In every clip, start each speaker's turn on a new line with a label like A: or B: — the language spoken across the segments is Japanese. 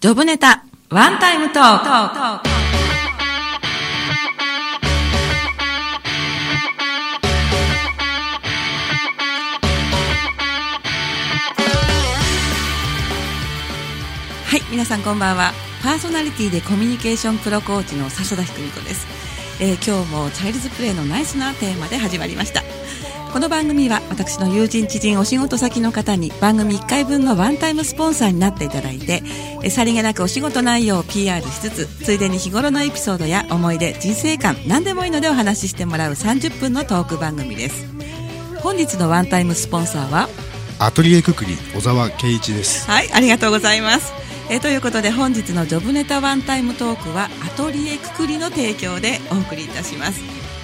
A: ジョブネタ、ワンタイムトーク。ーはい、皆さんこんばんは。パーソナリティでコミュニケーションプロコーチの笹田ひくみ子です。えー今日もチャイルズプレイのナイスなテーマで始まりました。この番組は私の友人知人お仕事先の方に番組1回分のワンタイムスポンサーになっていただいてえさりげなくお仕事内容を PR しつつついでに日頃のエピソードや思い出人生観何でもいいのでお話ししてもらう30分のトーク番組です本日のワンタイムスポンサーは
B: アトリエくくり小沢圭一です。
A: はい、ありがとうございます。えーということで本日のジョブネタワンタイムトークはアトリエくくりの提供でお送りいたします。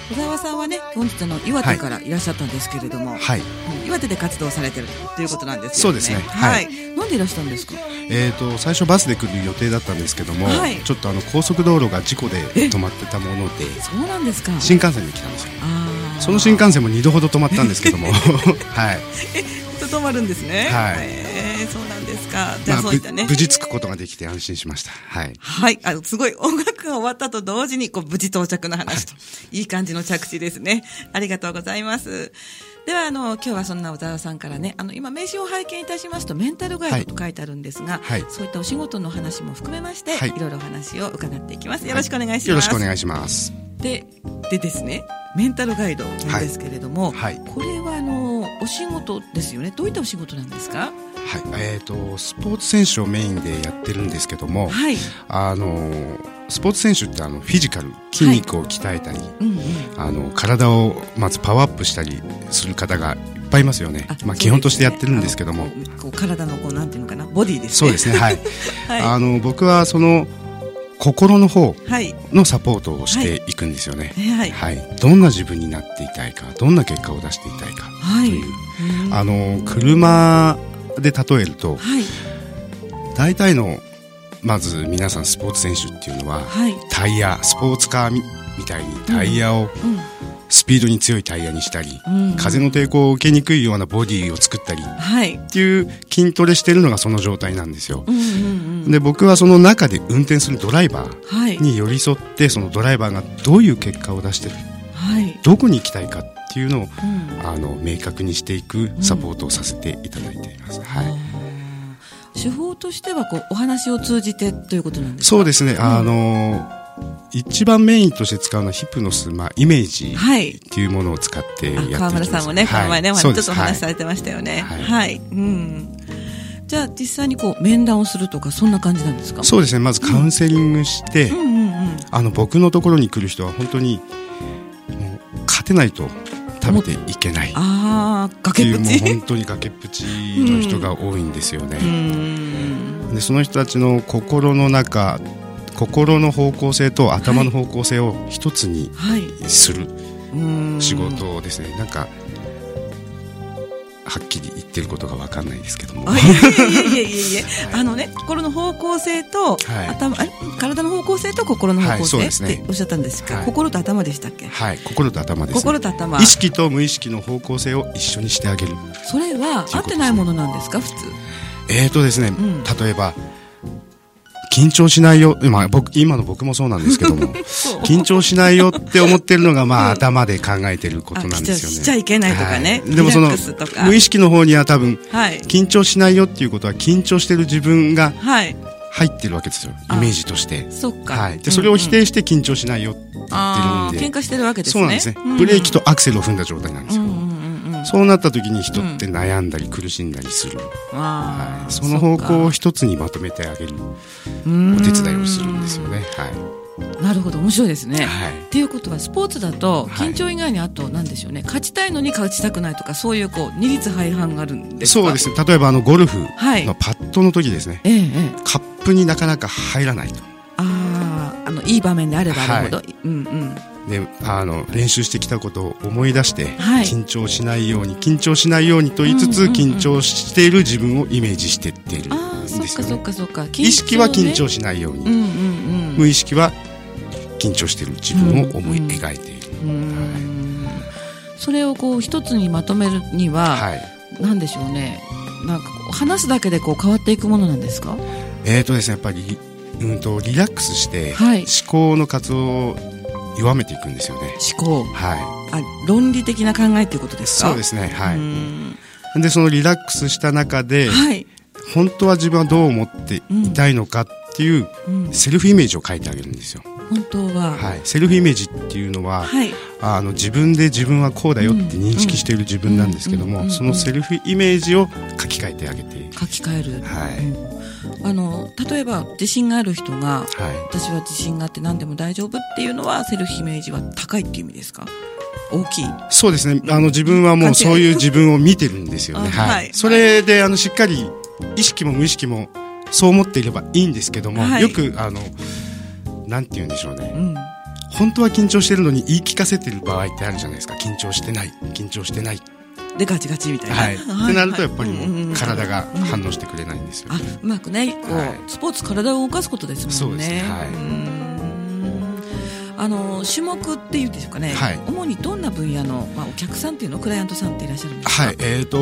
A: 小沢さんはね、本日の岩手からいらっしゃったんですけれども、
B: はい。
A: うん岩手で活動されてるということなんです
B: そ
A: よね。
B: うですね
A: は。
B: はいい
A: なんでいらしたんですか。
B: えっ、と最初バスで来る予定だったんですけども、
A: はい
B: ちょっとあの高速道路が事故で止まってたもので
A: そうなんですか。
B: 新幹線で来たんですよ。
A: あー
B: その新幹線も2度ほど止まったんですけ ども、はい。
A: ずっと止まるんですね。
B: はい
A: えーそうなんですか。じゃ
B: ま
A: あ、
B: あ
A: そうい
B: ぶ
A: ったね。
B: 無事着くことができて安心しました。はい。
A: はい。あの、すごい、音楽が終わったと同時に、こう、無事到着の話と。いい感じの着地ですね。ありがとうございます。では、あの、今日はそんな小沢さんからね、あの、今、名刺を拝見いたしますと、メンタルガイドと書いてあるんですが、
B: はい
A: そういったお仕事の話も含めまして、
B: はい
A: い、ろいろお話を伺っていきます。よろしくお願いします。
B: よろしくお願いします。
A: で、でですね、メンタルガイドなんですけれども、
B: はいはい
A: これは、あの、お仕事ですよね。どういったお仕事なんですか
B: はい。えっ、とスポーツ選手をメインでやってるんですけども、
A: はい。
B: あのスポーツ選手ってあのフィジカル筋肉を鍛えたり。
A: うんうん。
B: あの体をまずパワーアップしたりする方がいっぱいいますよね。まあ、基本としてやってるんですけども
A: そう。ですねあのこうこう体のこうなんていうのかなボディです
B: そう
A: ね
B: ですね。はい。
A: はい
B: あの僕はその心の方
A: はい
B: のサポートをしていくんですよね。
A: はい
B: はい。どんな自分になっていたいか、どんな結果を出していたいか
A: は
B: と
A: い
B: いう。あの車で例える
A: は
B: と、
A: い
B: 大体のまず皆さんスポーツ選手っていうのは
A: はい
B: タイヤスポーツカーみみたいにタイヤをスピードに強いタイヤにしたり、
A: うん
B: 風の抵抗を受けにくいようなボディを作ったりっ
A: はい
B: ていう筋トレしてるのがその状態なんですよ
A: う。んうんうん
B: で僕はその中で運転するドライバー
A: はい
B: に寄り添ってそのドライバーがどういう結果を出してる
A: はい
B: どこに行きたいかっていうのを
A: うん
B: あの明確にしていくサポートをさせていただいています。はい
A: 手法としてはこうお話を通じてということなんですか
B: そうですね、
A: ん
B: あの一番メインとして使うのはヒプノス、まあ、イメージ
A: はい
B: っていうものを使ってやっていきま
A: あ川
B: す
A: 村さんもね、この前ね、
B: はい
A: ち
B: そ
A: ょ
B: う
A: っ
B: で
A: と
B: す
A: お話しされてましたよね。は。
B: はいい
A: うん。じゃあ、実際にこう、面談をするとか、そんな感じなんですか
B: そうですねまずカウンセリングして、
A: う。うんうんうん。
B: あの僕のところに来る人は本当にもう勝てないと食べていけないっ
A: ああ、
B: て
A: 崖
B: い
A: っ
B: う
A: ぷ
B: もう
A: ち。
B: 本当に崖っぷちの人が多いんですよ
A: う
B: ね、
A: ん。
B: でその人たちの心の中心の方向性と頭の方向性を一つに
A: はい。
B: する
A: うん
B: 仕事をですね、なんかはっきり言ってることが分かんないですけども
A: あいえいえいえいえい え、あのね、心の方向性と、
B: はい
A: 頭、あれ体の方向性と心の方
B: はい
A: 向
B: そう
A: 性
B: で
A: っ
B: すね
A: ておっしゃったんですか、
B: はい
A: 心と頭でしたっけ、
B: はい心と頭です、ね
A: 心、と頭
B: 意。識と無意識の方向性を一緒にしてあげる
A: それは
B: とで
A: 合
B: すね
A: ってないものなんですか、普通。
B: えーとですね、
A: ん
B: 例えば緊張しないよ、まあ、僕今の僕もそうなんですけども
A: そう
B: 緊張しないよって思ってるのが、まあ頭で考えてることなんですよ
A: あ緊張
B: ね。
A: しちゃいけないとかね
B: はいでもその
A: リラックスとか
B: 無意識の方には多分
A: はい。
B: 緊張しないよっていうことは緊張してる自分が
A: はい。
B: 入ってるわけですよイメージとして。
A: そっか。
B: はい、でそれを
A: う
B: 否
A: んうん
B: 定して緊張しないよって言ってるんで、
A: あー喧嘩してるわけですね。
B: そうなんですね、
A: ん
B: ブレーキとアクセルを踏んだ状態なんですよ、
A: うんうんうんうん
B: そうなった時に人って悩んだり苦しんだりする、
A: あ
B: は
A: ー
B: い、その方向を
A: そ
B: 一つにまとめてあげる
A: っかうん
B: お手伝いをするんですよねはい、
A: なるほど面白いですね、
B: はい
A: っていうことはスポーツだと
B: はい
A: 緊張以外にあと何でしょうね、勝ちたいのに勝ちたくないとかそういうこう二律背反があるんですか
B: そうですね例えばあのゴルフ
A: はい
B: のパットの時ですね、
A: ええええ
B: カップになかなか入らないと
A: あああのいい場面であればあるほど、
B: は
A: うんうん
B: であの練習してきたことを思い出して、
A: はい
B: 緊張しないように緊張しないようにと言いつつ、
A: うんうんうん
B: 緊張している自分をイメージしてっている
A: あ
B: ん
A: あ
B: です
A: そ
B: よ
A: っかそっかそ
B: ね
A: っか、緊張ね
B: 意識は緊張しないように、
A: うんうんうん
B: 無意識は緊張している自分を思い描いている、
A: うんそれをこう一つにまとめるには、
B: はい、
A: なんでしょうねなんかこう話すだけでこう変わっていくものなんですか
B: えーとですね、やっぱりリ,、うん、とリラックスして、
A: はい
B: 思考の活動を弱めていくんですよね。
A: 思考
B: は
A: あ論理的な考えということで
B: い、
A: すか
B: そうですね、は
A: うー
B: い、
A: ん
B: でそのリラックスした中で、
A: はい、
B: 本当は自分はどう思っていたいのかっていう
A: うん、
B: セルフイメージを書いてあげるんですよ、
A: 本当はは
B: はい、セルフイメージっていうのは、
A: はい、
B: あの自分で自分はこうだよって認識している自分なんですけど
A: うんうんうんうん
B: もそのセルフイメージを書き換えてあげて
A: 書き換える、
B: はい
A: うんあの例えば自信がある人が
B: は
A: 私は自信があって何でも大丈夫っていうのはセルフイメージは高いっていう意味ですか大きい
B: いそうですねあの自分は
A: 勘
B: もう
A: 違い
B: そういう自分を見てるんですよね
A: あ
B: はい、
A: はい
B: それであのしっかり意識も無意識もそう思っていればいいんですけども、
A: はい
B: よくあのなんて言うんでしょうね
A: うん
B: 本当は緊張してるのに言い聞かせてる場合ってあるじゃないですか緊張してない緊張してない
A: でガチガチみたいな、
B: はい、ってなるとやっぱり
A: んん
B: も
A: ん
B: う体が反応してくれないんですよ、
A: あうまくねこう、
B: はい
A: スポーツ体を動かすことですもんね
B: そうですねはい
A: ーんあの種目っていうんでしょうかね、
B: はい
A: 主にどんな分野の、まあ、お客さんっていうのクライアントさんっていらっしゃるんですか、
B: はい、えー、と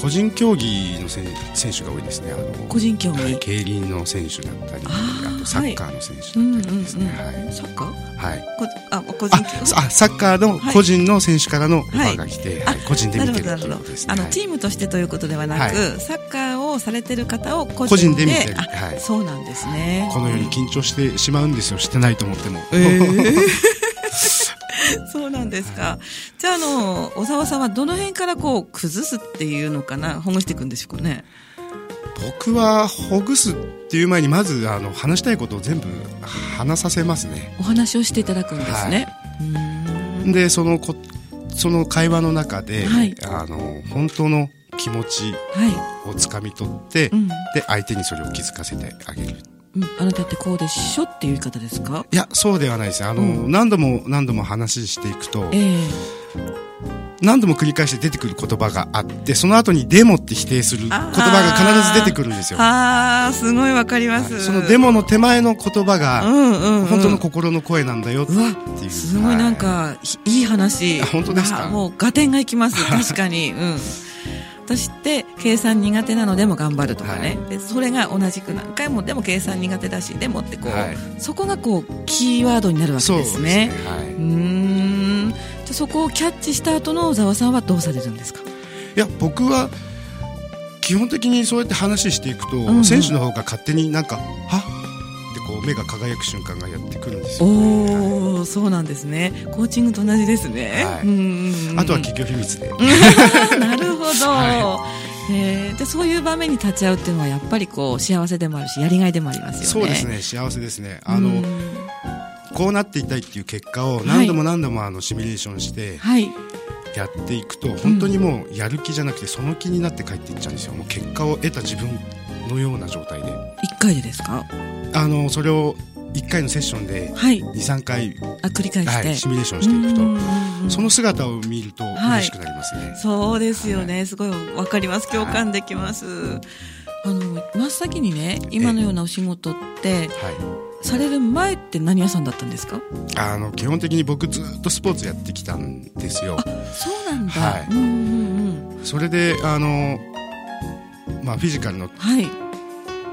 B: 個人競技の選選手が多いですねあの
A: 個人競技、
B: はい競輪の選手だったり
A: あー
B: あとサッカーの選手
A: うんう
B: だっ
A: ん
B: た
A: う
B: り
A: ん
B: ですね、はい
A: サッカー
B: はい
A: こあ個人
B: あ
A: 競技
B: さあサッカーの個人の選手からのオファーが来て、
A: はい
B: はい個人で
A: な
B: 見
A: るほど
B: てる
A: な
B: っ
A: るほど
B: ていうことですね
A: あの、
B: はい
A: チームとしてということではなく、
B: はい
A: サッカーをされてる方を個
B: 個
A: 人
B: 人
A: で
B: で見てる、はい
A: あ、そうなんですね
B: このように緊張してしまうんですよしてないと思っても、
A: そうなんですか。じゃあ、あの、小沢さんはどの辺からこう、崩すっていうのかな、ほぐしていくんでしょうかね。
B: 僕はほぐすっていう前にまずあの話したいことを全部話させますね
A: お話をしていただくんですね。うーん
B: でそのこその会話の中で、
A: はい
B: あの本当の気持ち
A: は
B: をつかみ取って、
A: い。うん。
B: で相手にそれを気づかせてあげる
A: うんあなたってこうでしょっていう言い方ですか
B: いやそうではないですあの、
A: う
B: 何度も何度も話していくと
A: ええ
B: 何度も繰り返して出てくる言葉があってその後に「デモ」って否定する言葉が必ず出てくるんですよ、
A: ああ、すごいわかりま
B: は
A: す。
B: いその「デモ」の手前の言葉
A: う
B: が
A: んうん、うん。
B: 本当の心の声なんだよって
A: う
B: いう
A: わ、すごいなんか、い、いい話。
B: あ本当ですか
A: あもう、合点がいき ます。確かに。うん。そして、計算苦手なのでも頑張るとかね。でそれが同じく何回も、でも計算苦手だし、でもってこう、
B: はい
A: そこがこう、キーワードになるわけ
B: そう
A: で
B: ですす
A: ね。
B: ね、はい、
A: う
B: い
A: ーん。じゃあそこをキャッチした後の小沢さんはどうされるんですか
B: や僕は基本的にそうやって話していくと、
A: んうん
B: 選手の方が勝手になんか「はっ」ってこう目が輝く瞬間がやってくるんです
A: お
B: よ、
A: ー、そうなんですね。コーチングと同じですね。
B: は
A: う
B: い
A: んうんうん
B: あとは企業秘密で、
A: なるほど。
B: は
A: えーでそういう場面に立ち会うっていうのはやっぱりこう幸せでもあるしやりがいでもあります
B: そ
A: よね。
B: うですね幸せですね
A: うん。
B: あの、こうなっていたいっていう結果を何度も何度もあのシミュレーションして
A: はい。
B: やっていくと本当にもうやる気じゃなくてその気になって帰っていっちゃうんですよもう結果を得た自分のような状態で
A: 一回でですか。
B: あのそれを1回のセッションで
A: はい。
B: 23回、
A: あ繰り返して。
B: はい、シミュレーションしていく
A: うんうん
B: と
A: うん
B: その姿を見ると嬉しくなりますね、
A: そうですよね。すごいわかります。共感できます。あの真っ先にね今のようなお仕事って
B: は
A: される前って何屋さんだったんですか。
B: い、あの基本的に僕ずっとスポーツやってきたんですよ
A: そうなんだ。
B: はい
A: うんうんうん。
B: それであの、まあ、フィジカルの
A: はい。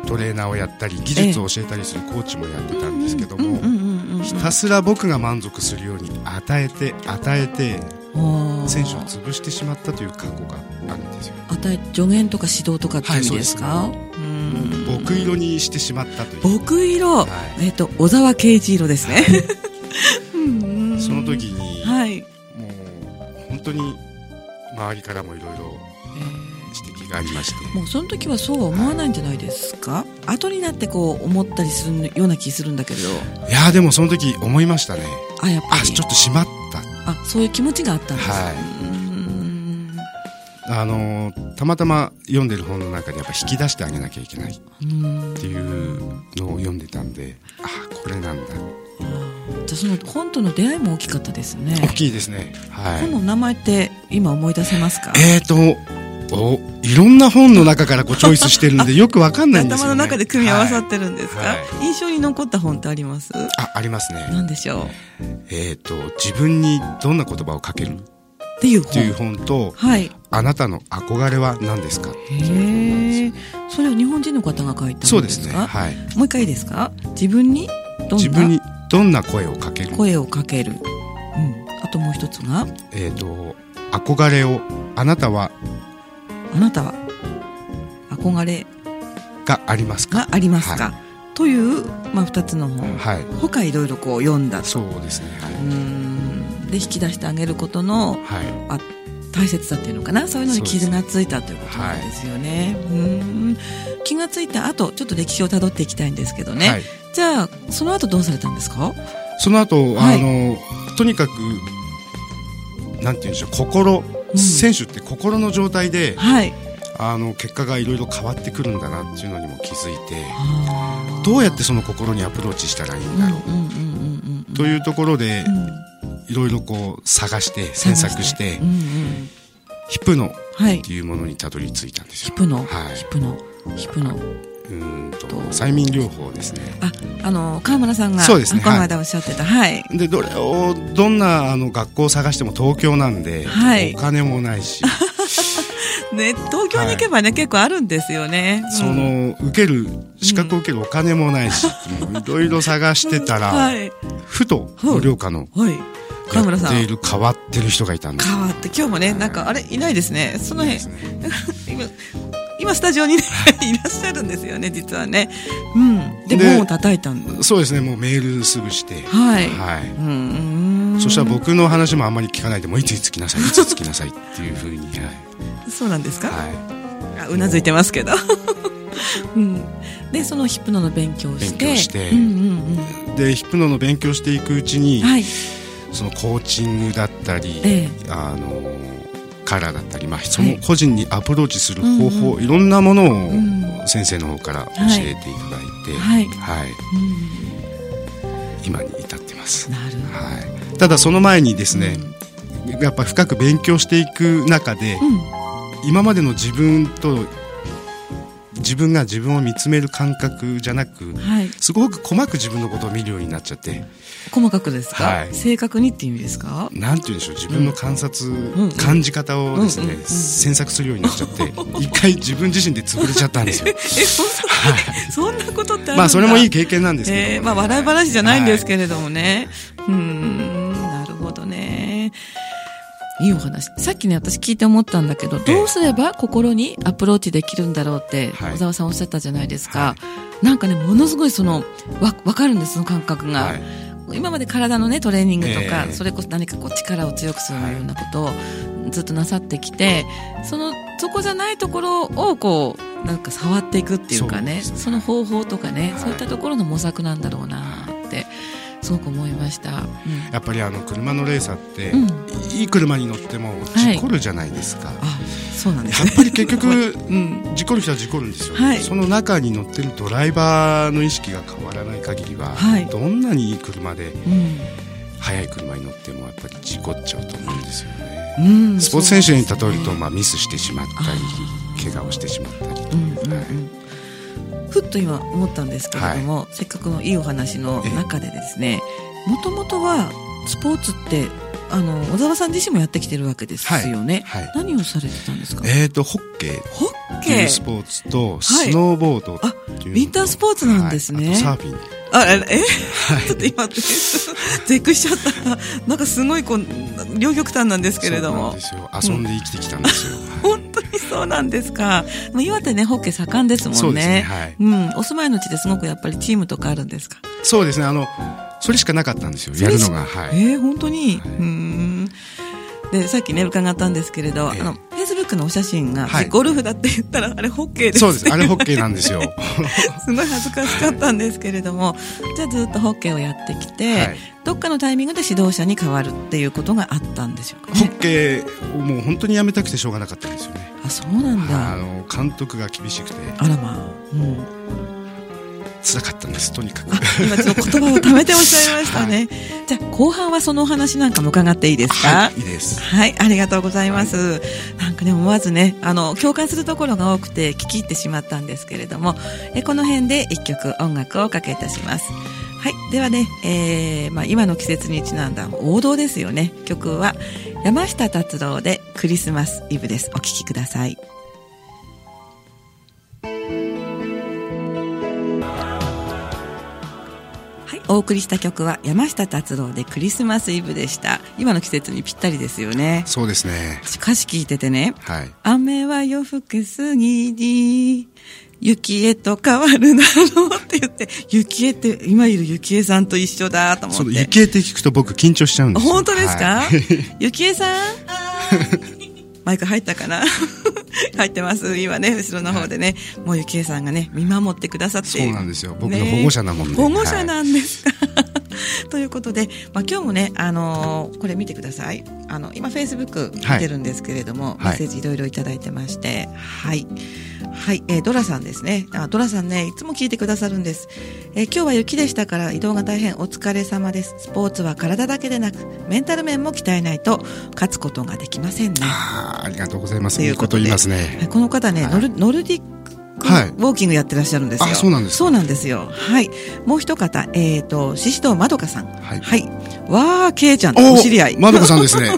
B: トレーナーをやったり技術を教えたりするコーチもやってたんですけども、
A: うんうんうんうんうん
B: ひたすら僕が満足するように与えて与えて
A: おー
B: 選手を潰してしまったという過去があるんですよ
A: 与え助言とか指導とかっていう意味ですか、
B: は
A: うーん
B: 僕色にしてしまったという、
A: 僕色、
B: は
A: えっ、と小沢圭一色ですね、 うんうん
B: い、その時に、
A: はい、
B: もう本当に周りからもいろいろ
A: えー
B: 指摘がありまして
A: もうその時はそうは思わないんじゃないですか後になってこう思ったりするような気するんだけど
B: いやーでもその時思いましたね
A: あやっぱ
B: あ
A: り
B: ちょっとしまった
A: あそういう気持ちがあったんです、
B: はいう
A: ーん
B: あのーたまたま読んでる本の中でやっぱ引き出してあげなきゃいけないっ
A: うーん
B: ていうのを読んでたんであこれなんだ
A: じゃあその本との出会いも大きかったですね
B: 大きいですねはい
A: 本の名前って今思い出せますか
B: えーとおいろんな本の中からこうチョイスしてるんでよくわかんないんです
A: 頭の
B: よ、ね、
A: 中で組み合わさっ
B: はい
A: てるんですか、
B: はい
A: 印象に残った本ってあります
B: あありますね
A: 何でしょう
B: えーと自分にどんな言葉をかける
A: っていう
B: っていう
A: 本。
B: 本と、
A: はい。
B: あなたの憧れは何ですかっていう本なん
A: へ
B: で
A: え。それは日本人の方が書いたんですか
B: すよそうですね。はい。
A: もう一回いいですか自分にど
B: 自
A: ん
B: 分
A: な
B: にどんな声をかける
A: 声をかける。うん。あともう一つが、
B: えっ、と憧れをあなたは
A: あなたは憧れ
B: がありますか
A: がありますか、という、まあ、二つの本。
B: はい
A: 他いろいろこう読んだと。
B: そうですねは
A: うーん。で、引き出してあげることの
B: い、はい、
A: あ大切さっていうのかなそういうのに傷がついたということなんですよね。うーん気がついた後ちょっと歴史をたどっていきたいんですけどね、
B: はい、
A: じゃあその後どうされたんですか
B: その後、
A: はい
B: あのとにかくなんて言うんでしょう心、
A: うん
B: 選手って心の状態で
A: はい
B: あの結果がいろいろ変わってくるんだなっていうのにも気づいて
A: あー
B: どうやってその心にアプローチしたらいいんだろう、
A: うんうんうんうんうん
B: というところで
A: うん
B: いろいろこう探して詮索して
A: うんうん
B: ヒプノっ
A: はい
B: ていうものにたどり着いたんです
A: ヒ
B: よ。
A: プノ、
B: はい
A: ヒプノヒプノ
B: うーんと催眠療法ですね。
A: ああの川村さんが
B: そうですね
A: この間おっしゃってたはい、
B: でどれをどんなあの学校を探しても東京なんで、
A: はい
B: お金もないし
A: ね東京に行けばね、結構あるんですよね
B: そ
A: うん
B: の受ける資格を受けるお金もないし、もういろいろ探してたら、
A: はい
B: ふと無料化の
A: はい川
B: や
A: 村
B: っ
A: さん
B: ている変わってる人がいたんです。
A: 変わって今日もねなんかあれいないですねその辺
B: ですね
A: 今今スタジオ に、ね、いらっしゃるんですよね実はねうんで
B: で
A: 門を叩いたんです
B: そうですねもうメールすぐして、
A: はい、
B: はい
A: うんうんうん
B: そしたら僕の話もあんまり聞かないでもういついつ来なさいいついつ来なさいっていうふうに、はい
A: そうなんですか、
B: は
A: あうなずいてますけど、 うん、でそのヒプノの勉強をして
B: 勉強して
A: うんうんうん
B: い、でヒプノの勉強していくうちに、
A: はい
B: そのコーチングだったり、
A: え
B: あのカラーだったり、まあ、そ
A: は
B: の
A: い
B: 個人にアプローチする方法、
A: うん
B: いろんなもの
A: ん
B: を先生の方から教
A: はい
B: えていただいて、
A: はい
B: はい
A: うん
B: 今に至ってます、
A: なる
B: はい、ただその前にですね、やっぱ深く勉強していく中で、
A: うん
B: 今までの自分と自分が自分を見つめる感覚じゃなく
A: はい
B: すごく細く自分のことを見るようになっちゃって
A: 細かくですか、
B: はい
A: 正確にっていう意味ですか
B: なんて言うんでしょう自分の観察、
A: ん
B: 感じ方をですね、
A: うんうんうん
B: 詮索するようになっち ゃって一回自分自身で潰れちゃったんですよ
A: えそんな、 そんなことってあるんだ
B: まあそれもいい経験なんですけど、
A: ええまあ、笑い話じゃないんです
B: ど、
A: けれどもね。うーん、なるほどね。いいお話。さっきね、私聞いて思ったんだけど、
B: ええ
A: どうすれば心にアプローチできるんだろうって、
B: はい
A: 小沢さんおっしゃったじゃないですか。なんかね、ものすごいその、わ、わかるんです、その感覚が。
B: はい
A: 今まで体のね、トレーニングとか、
B: ええ
A: それこそ何かこう力を強くするようなことをずっとなさってきて、その、そこじゃないところをこう、なんか触っていくっていうかね、
B: そうですね
A: その方法とかね、
B: はい
A: そういったところの模索なんだろうなって、すごく思いました。うん
B: やっぱりあの車のレーサーって、
A: うん
B: いい車に乗っても
A: い
B: 事故るじゃないですか、
A: あ、そうなんです
B: や
A: ね
B: っ。ぱり結局
A: うん。
B: 事故る人は事故るんですよ、
A: はい
B: その中に乗ってるドライバーの意識が変わらない限りは、
A: はい
B: どんなにいい車で
A: うん。
B: 速い車に乗ってもやっぱり事故っちゃうと思うんですよね
A: うん
B: スポーツ選手に
A: そう
B: 例え
A: です
B: る
A: ね
B: と、まあ、ミスしてしまったり怪我をしてしまったりと、
A: うんうんう
B: はい
A: んふっと今思ったんですけれども、せっかくのいいお話の中でですねもともとはスポーツってあの小沢さん自身もやってきてるわけですよね、
B: はいはい
A: 何をされてたんですか
B: えー、とホッケーっ
A: ホッ
B: てい
A: ケ
B: うス
A: ー
B: ポーツとスノーボードっていうのと、
A: あウィンタースポーツなんですね
B: はいあとサーフィン、
A: ああえ
B: はい
A: ちょっと今絶句しちゃったなんかすごいこう両極端なんですけれども
B: そうなんですよ遊んで生きてきたんですよ、はい
A: 本当にそうなんですかもう岩手ねホッケー盛んですもんね
B: そうですねはい
A: うん、お住まいの地ですごくやっぱりチームとかあるんですか
B: そうですねあのそれしかなかったんですよ
A: そ
B: や
A: れ
B: る
A: し
B: のがはい
A: えー、本当に、
B: はいう
A: ーんでさっきね伺ったんですけれど、
B: ええ
A: あのフェイスブックのお写真が、
B: はい
A: ゴルフだって言ったらあれホッケーです
B: そうですあれホッ
A: ー
B: ケーなんですよは
A: すごい恥ずかしかったんですけれどもじゃあずっとホッケーをやってきて、
B: い
A: どっかのタイミングで指導者に変わるっていうことがあったんでしょうか
B: ホ
A: ね
B: ッケーをもう本当にやめたくてしょうがなかったんですよね
A: あそうなんだ
B: あ
A: あ
B: の監督が厳しくて
A: らまあ、うん、
B: 辛かったんですとにかく
A: 今ちょっと言葉をためておっしゃいま したね、じゃあ後半はそのお話なんかも伺っていいですか、
B: はいいいです
A: はい、ありがとうございます。なんかね、思わずね、あの、共感するところが多くて聞き入ってしまったんですけれども、えこの辺で一曲音楽をおかけいたします。はい、ではね、えー、まあ今の季節にちなんだ王道ですよね。曲は、山下達郎でクリスマスイブです。お聴きください。はい、お送りした曲は山下達郎でクリスマスイブでした。今の季節にぴったりですよね。
B: そうですね
A: 私歌詞聞いててね、
B: はい
A: 雨は夜更けすぎに雪へと変わるだろうって言って雪へって今いる雪へさんと一緒だと思
B: その
A: っ
B: 雪
A: て
B: 絵って聞くと僕緊張しちゃうんですよ
A: 本当ですか、
B: はい
A: 雪江さんマイク入ったかな 入ってます今ね後ろの方でね、もう雪江さんがね見守ってくださっている
B: そうなんですよ僕の保護者なもんで
A: ね保護者なんですか、 ということで、まあ、今日もね、あのーこれ見てくださいあの今フェイスブック見てるんですけれども、
B: い
A: メッセージいろいろいただいてましてはいはい、えードラさんですねあドラさんねいつも聞いてくださるんです、えー今日は雪でしたから移動が大変お疲れ様ですスポーツは体だけでなくメンタル面も鍛えないと勝つことができませんね
B: あーありがとうございます
A: と
B: い
A: い
B: いう
A: こ
B: ことと
A: で
B: 言いますね
A: はいこの方ね、
B: はい
A: ノルノルディック
B: はい
A: ウォーキングやってらっしゃるんですよ。
B: あそうなんですか
A: そうなんですよ。はい。もう一方、えっ、と、シシドまどかさん。
B: はい
A: はい。わー、けいちゃんとお知り合い。
B: まどこさ んですね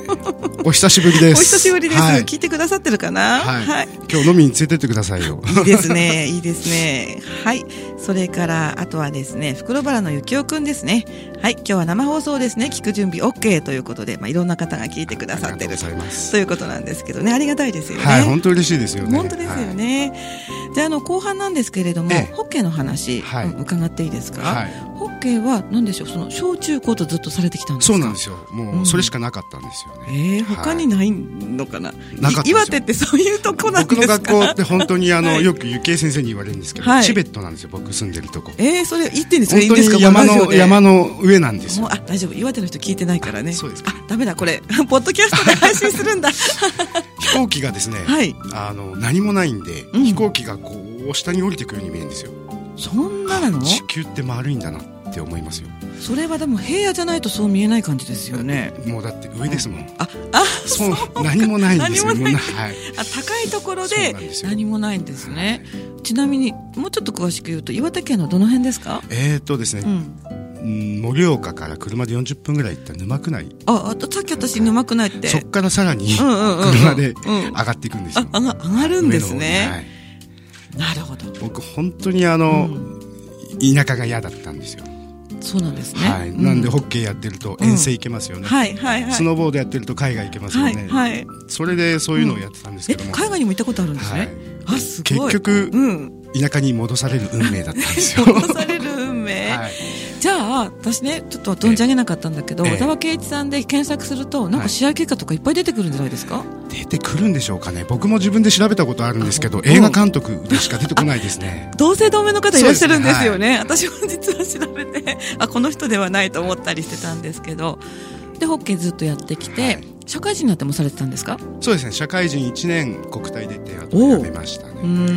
B: お久しぶりで
A: お
B: す
A: 久しぶりです、
B: はい
A: 聞いてくださってるかな
B: はい
A: はい。
B: 今日飲みに連れてってください よ
A: いいですね、いいですね。はい。それから、あとはですね、袋原のゆきおくんですね。はい。今日は生放送ですね。聞く準備 OK ということで、まあ、いろんな方が聞いてくださって
B: ありが
A: る
B: とうございます
A: ということなんですけどね、ありがたいですよね。
B: はい本当嬉しいですよね
A: 本当ですよね。じゃあ、あの、後半なんですけれども、
B: ええ
A: ホッケーの話、
B: はい
A: うん伺っていいですか、
B: はい
A: ホッケーは、何でしょう、その、小中高とずっとされてきたんですか。
B: そうなんですすよ
A: う
B: も
A: ん
B: うそれしかなかったんですよね、
A: ええ他に
B: はい
A: ないのかな、
B: なかったです
A: い
B: よ
A: 岩手ってそういうとこなんで
B: 僕
A: すか
B: の学校って本当にあの、
A: はい
B: よくゆきえ先生に言われるんですけど、
A: はい
B: チベットなんですよ僕住んでるとこ
A: ええそれ言っていいんですかい
B: 本当
A: いんですか
B: に山
A: こラジオ
B: の
A: で
B: 山の上なんです
A: もう
B: よ
A: あ大丈夫岩手の人聞いてないからね
B: あそうですか
A: あダメだこれ ポッドキャストで配信する んだ
B: 飛行機がですね、
A: はい
B: あの何もないんで、
A: ん
B: 飛行機がこう下に降りてくるように見えるんですよ
A: そんななの
B: 地球って丸いんだなって思いますよ
A: それはでも平野じゃないとそう見えない感じですよね
B: もうだって上ですもん、
A: ああ
B: そう何もないんです よ
A: 何もない
B: もうはい、
A: あ高いところ
B: そう
A: で
B: なんですよ
A: 何もないんですねちなみにもうちょっと詳しく言うと岩手県のどの辺ですか
B: えー、っとです
A: う
B: ね
A: ん
B: うん盛岡から車で40分ぐらい行った沼区内
A: ああとさっき私沼くないって
B: そっからさらに
A: うんうんうんうん
B: 車で
A: うん
B: 上がっていくんです
A: あ
B: よ、
A: あが上がるんです
B: 上の方には
A: ね
B: い
A: なるほど
B: 僕本当にあの、
A: うん
B: 田舎が嫌だったんですよ、
A: そうなんですね
B: はい、
A: う
B: なんでホッケーやってると遠征行けますよね、
A: はいはいはい
B: スノーボードやってると海外行けますよ
A: は
B: ね、
A: いはい
B: それでそういうのをやってたんです
A: え
B: けども、
A: 海外にも行ったことあるんですね、あすごい
B: 結局
A: うん
B: 田舎に戻される運命だったんですよ、
A: 戻される運命、
B: はい、
A: じゃあ私ねちょっと存じ上げなかったんだけど、
B: ええ
A: 小沢圭一さんで検索するとなんか試合結果とかいっぱい出てくるんじゃないですか、
B: 出てくるんでしょうかね僕も自分で調べたことあるんですけど
A: あ
B: 映画監督でしか出てこないですね
A: 同姓同名の方いらっしゃるんですよね私も実は調べてあこの人ではないと思ったりしてたんですけどでホッケーずっとやってきて、
B: はい
A: 社会人になってもされてたんですか
B: そうですね社会人1年国体出てあと辞めました
A: うー
B: ね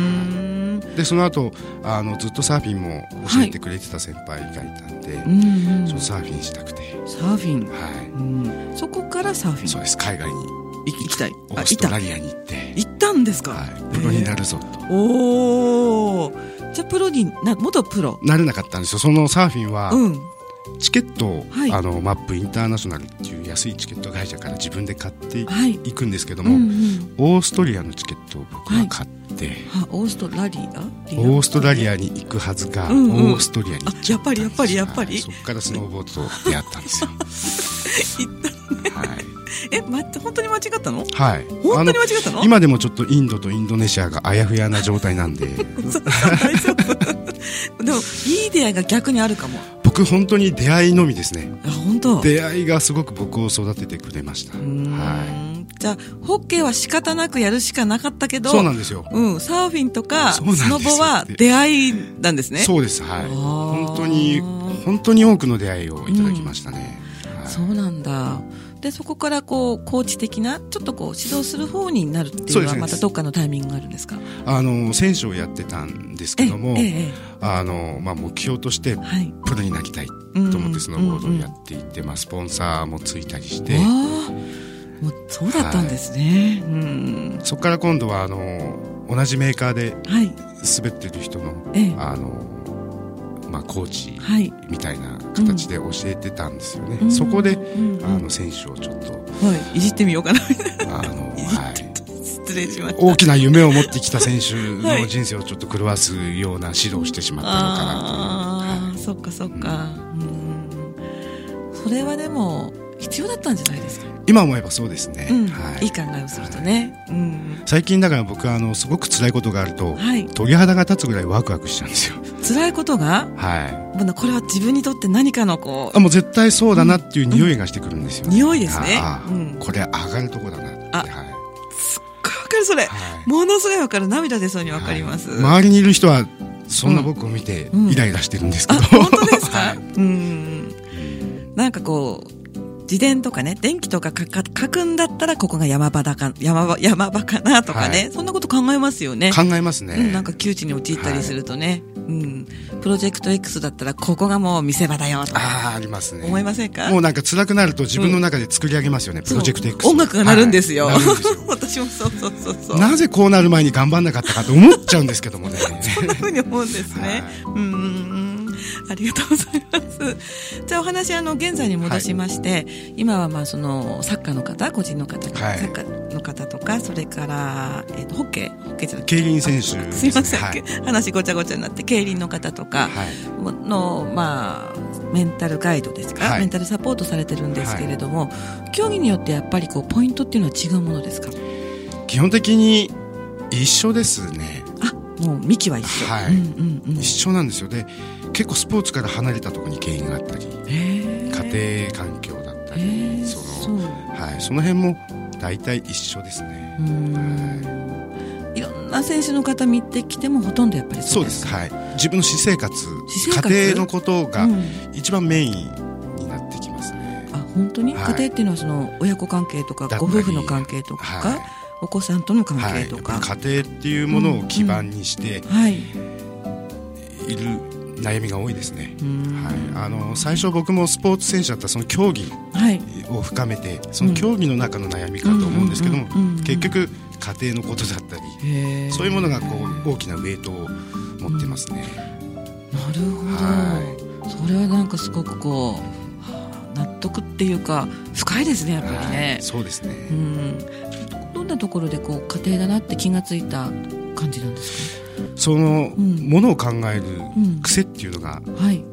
A: ん
B: でその後あのずっとサーフィンも教えてくれてた先輩がいたんで、
A: うんうん
B: ちょっと
A: サ
B: サーフィンしたくて
A: ーフィン、
B: は
A: うん、そこからサーフ
B: い
A: ィ
B: そう
A: ン
B: です海外に
A: 行きたい
B: オ
A: あ
B: ー
A: い
B: スト
A: た
B: ラリアに行って
A: 行ったんですか、
B: はいプロになるぞと
A: おおじゃあプロにな元プロ
B: なれなかったんですよそのサーフィンは、
A: うん
B: チケットを、
A: はい
B: あのマップインターナショナルっていう安いチケット会社から自分で買ってい
A: はい
B: 行くんですけど
A: う
B: も、
A: んうん
B: オーストリアのチケットを僕は買って、
A: あオーストラリア
B: オーストラリ
A: ア
B: アに行くはずが、
A: うんうん
B: オーストリアに行っ
A: あやっぱりやっぱりやっぱ
B: はい
A: り
B: そこからスノーボードと出会ったんですよ
A: え待って本当に間違ったの
B: はい、はい、
A: 本当に間違った
B: あ
A: の
B: の今でもちょっとインドとインドネシアがあやふやな状態なんで
A: 大丈夫 でもいい出会いが逆にあるかも
B: 僕本当に出会いのみですね
A: あ本当
B: 出会いがすごく僕を育ててくれました
A: うーん
B: は
A: じゃあホッケーは仕方なくやるしかなかったけ
B: い
A: ど
B: そうなんですよ
A: うんサーフィンとかス
B: そうなんです
A: ノ
B: よ
A: ボは出会いなんですね
B: そうですはい
A: あー
B: 本当に本当に多くの出会いをいただきましたね、はい
A: そうなんだ。で、そこからこう、コーチ的な、ちょっとこう、指導する方になるってい
B: そう
A: う
B: で
A: の
B: す
A: は、
B: ね
A: またどっかのタイミングがあるんですか
B: あの選手をやってたんですけども、
A: ええ、
B: あのまあ、目標として
A: はい。
B: プロになりたいと
A: うん
B: 思ってスノーボードをや
A: っ
B: っていて、まあ、スポンサーもついたりしてて
A: ああ、もうそうだったんですね。うん。
B: そこから今度はあの同じメーカーで
A: はい。
B: 滑ってる人の
A: ええ。
B: あのまあ、コーチ
A: はい
B: みたいな形で教えてたんですよね、
A: うん
B: そこで、
A: うんうん
B: あの選手をちょっと
A: はいいじってみようかな
B: あの、はい、
A: 失礼しました
B: 大きな夢を持ってきた選手の人生をちょっと狂わすような指導をしてしまったのかな
A: あ
B: という
A: あ、そっかそっか、うん、それはでも必要だったんじゃないですか、
B: はい、今思えばそうですね、
A: うん、
B: はい
A: い考えをするとね、うん、
B: 最近だから僕はあのすごく辛いことがあると、
A: はい
B: 鳥肌が立つぐらいワクワクしちゃうんですよ
A: 辛いことが
B: はい
A: まあこれは自分にとって何かのこ
B: あもう絶対そうだなっていう匂いがしてくるんですよ、
A: うん匂いですね
B: ああ
A: うん
B: これ上がるとこだなって
A: あ
B: はい、
A: うすっごいわかるそれ、
B: はい
A: ものすごいわかる涙出そうにわかります、
B: はい周りにいる人はそんな僕を見て
A: うん
B: イライラしてるんですけ
A: あ
B: ど、
A: 本当ですか、
B: はい
A: うんなんかこう自伝とかね電気とかかか書くんだったらここが山場だか山場山場かなとかね、
B: は
A: そんなこと考えますよね
B: 考えますね、
A: うん、なんか窮地に陥ったりするとね、うん、プロジェクト X だったらここがもう見せ場だよとか
B: ああありますね
A: 思いませんか
B: もうなんか辛くなると自分の中で作り上げますよね、プロジェクト X
A: そう音楽が鳴るんですよ,、
B: はいなるんですよ
A: 私もそうそうそうそう
B: なぜこうなる前に頑張んなかったかと思っちゃうんですけ どもね
A: そんなふうに思うんですね。うんうんうん。ありがとうございます。じゃあお話、あの、現在に戻しまして、今はまあ、その、サッカーの方、個人の方、
B: はい
A: サッカーの方とか、それから、えっ、と、ホッケー、ホッケーじゃなくて。
B: 競輪選手
A: あ
B: です
A: す
B: ね
A: いません、
B: はい
A: 話ごちゃごちゃになって、競輪の方とか
B: はい
A: の、まあ、メンタルガイドですか、
B: はい
A: メンタルサポートされてるんですけれども、競技によってやっぱりこう、ポイントっていうのは違うものですか
B: 基本的に一緒ですね
A: あ、もう、幹は一緒。
B: はい
A: うんうんうん。
B: 一緒なんですよで結構スポーツから離れたところに原因があったり
A: へー
B: 家庭環境だった
A: へ
B: り、
A: ー
B: そ
A: そ
B: の
A: う
B: はい、その辺も大体一緒ですね、
A: うんいろんな選手の方見てきてもほとんどやっぱり
B: そ
A: そうう
B: で
A: です
B: す、
A: か
B: はい、自分の私生活
A: 私生活
B: 家庭のことが
A: うん
B: 一番メインになってきますね、
A: あ本当に、
B: はい
A: 家庭っていうのはその親子関係とか
B: だったり
A: ご夫婦の関係とか、
B: はい
A: お子さんとの関
B: は
A: 係
B: い、や
A: と
B: っ
A: か、
B: ぱ
A: はい
B: り家庭っていうものを基盤にしている悩みが多いですね、
A: うん
B: はい、あの最初僕もスポーツ選手だったらその競技
A: はい
B: を深めてその競技の中の悩みかと思うんですけども
A: うんうんうんうん
B: 結局家庭のことだったり
A: へー
B: そういうものがこう大きなウェイトを持ってますね。
A: なるほど、
B: は
A: それはなんかすごくこうはあ納得っていうか深いですねやっぱり
B: は
A: ね
B: い、、そうですね、
A: うんどんなところでこう家庭だなって気がついた感じなんですか、
B: その
A: うん
B: ものを考える
A: うん
B: 癖っていうのが
A: はい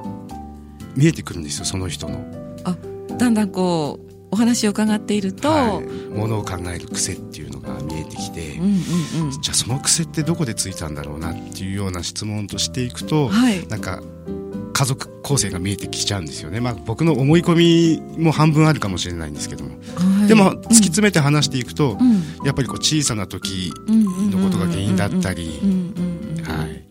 B: 見えてくるんですよその人の、
A: あだんだんこうお話を伺っていると、
B: はい、ものを考える癖っていうのが見えてきて、
A: うんうんうん、
B: じゃあその癖ってどこでついたんだろうなっていうような質問としていくと、
A: はい
B: なんか家族構成が見えてきちゃうんですよね、まあ、僕の思い込みも半分あるかもしれないんですけども、
A: はい
B: でも突き詰めて話していくと、
A: うん
B: やっぱりこう小さな時
A: うん
B: のことが原因だったり
A: うんうんうん
B: はい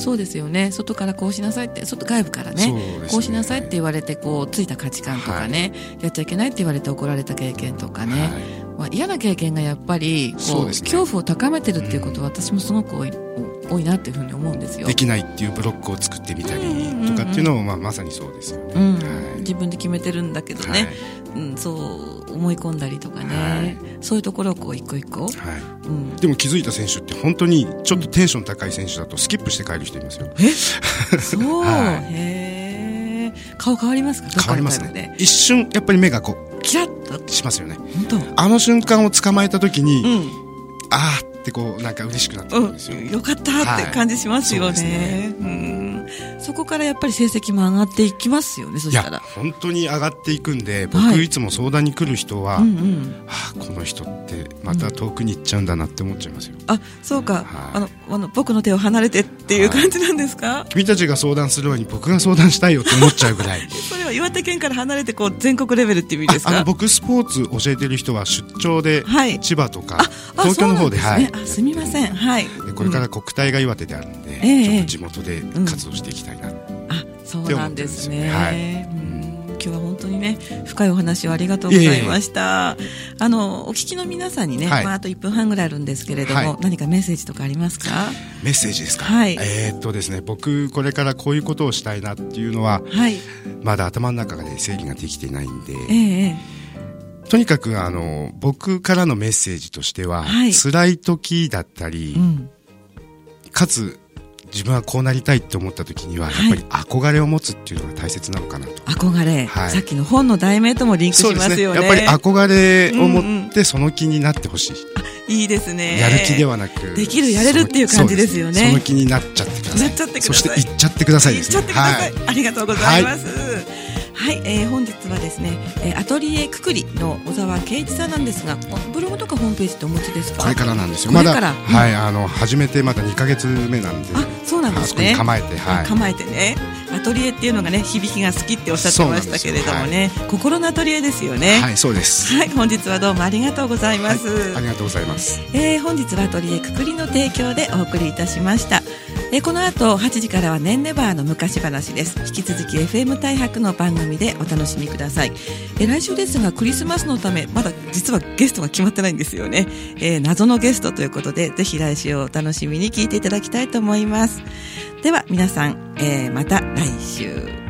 A: そうですよね外からこうしなさいって外外部からね
B: そうですね
A: こうしなさいって言われてこうついた価値観とかね、やっちゃいけないって言われて怒られた経験とかね、
B: は
A: まあ、嫌な経験がやっぱりこ
B: そう
A: う
B: ですね
A: 恐怖を高めてるっていうことは私もすごく多い,、多いなっていうふうに思うんです
B: い、
A: よ
B: で、きないっていうブロックを作ってみたり
A: うんうんうん
B: とかっていうのも、まあ、まさにそうですよね。
A: うん
B: はい
A: 自分で決めてるんだけどね、
B: はい
A: うん、そう思い込んだりとかね、
B: はい
A: そういうところをこう一個一個、
B: はい
A: うん、
B: でも気づいた選手って本当にちょっとテンション高い選手だとスキップして帰る人いますよ
A: え そう、
B: はい
A: へえ顔変わりますか
B: 変わります
A: どっかのタイ
B: ね
A: プで
B: 一瞬やっぱり目がこ
A: キラッと
B: うしますよね
A: 本当
B: あの瞬間を捕まえた時に、
A: う
B: あーってこうなんか嬉しくなってくるんですよ、
A: ん、うん、よかったって感じしますよ
B: はいそう
A: ね,、
B: で
A: うんそこからやっぱり成績も上がっていきますよねそ
B: い
A: し
B: や
A: たら
B: 本当に上がっていくんで僕、
A: はい
B: い、つも相談に来る人は、
A: うんうん
B: はあこの人ってまた遠くに行っちゃうんだなって思っちゃいますよ、
A: あそうか、
B: はい
A: あのあの僕の手を離れてっていう感じなんですか、
B: 君たちが相談する前に僕が相談したいよって思っちゃう ぐらい
A: それは岩手県から離れてこう全国レベルっていう意味です
B: ああ
A: か
B: の僕スポーツ教えてる人は出張で、
A: はい
B: 千葉とか
A: ああ
B: 東京の方で
A: そうなんすねあすみません
B: やって
A: はい
B: るんでこれから国体が岩手であるんで、
A: ええ
B: ちょっと地元で活動していきたいな、
A: あそうなんですね。
B: って
A: うん今日は本当にね深いお話をありがとうございました。あのお聞きの皆さんにね、
B: はい
A: まああと1分半ぐらいあるんですけれども、
B: はい
A: 何かメッセージとかありますか？
B: メッセージですか、
A: はい
B: えーっとですね僕これからこういうことをしたいなっていうのは
A: はい。
B: まだ頭の中で整理ができてないんで、
A: ええええ
B: とにかくあの僕からのメッセージとしては、
A: はい
B: 辛い時だったり、
A: うん
B: かつ自分はこうなりたいって思った時には、
A: はい
B: やっぱり憧れを持つっていうのが大切なのかなと。
A: 憧れ、
B: はい
A: さっきの本の題名ともリンクしますよね。
B: やっぱり憧れを持っ
A: うん
B: てその気になってほしい、
A: いいですね。
B: やる気ではなく
A: できるやれるっていう感じですよね
B: そのそうですその気になっちゃってください
A: なっちゃってくださ
B: そ
A: い
B: して行っちゃってくださいで
A: 言っ
B: す
A: ちゃっ
B: ね
A: てください。
B: は
A: ありがとうございます。はい、えー本日はですね、えーアトリエくくりの小沢圭一さんなんですが、おブログとかホームページってお持ちですか。
B: これからなんですよ
A: こ
B: ま
A: れ
B: だ、
A: からうん
B: はいあの始めてまだ2か月目なんで
A: あ、そうなんで
B: あ
A: す
B: そこに
A: ね。
B: 構えてはい
A: 構えてね。アトリエっていうのがね、響きが好きっておっしゃってましたけれどもね、心のアトリエですよね。
B: はいそうです、
A: はい、本日はどうもありがとうございます。
B: ありがとうございます
A: えー本日はアトリエくくりの提供でお送りいたしました、えーこの後8時からは「ねんねバーの昔話」です引き続き FM 大白の番組でお楽しみください、えー来週ですがクリスマスのためまだ実はゲストが決まってないんですよね、えー謎のゲストということでぜひ来週をお楽しみに聞いていただきたいと思いますでは皆さん、えーまた来週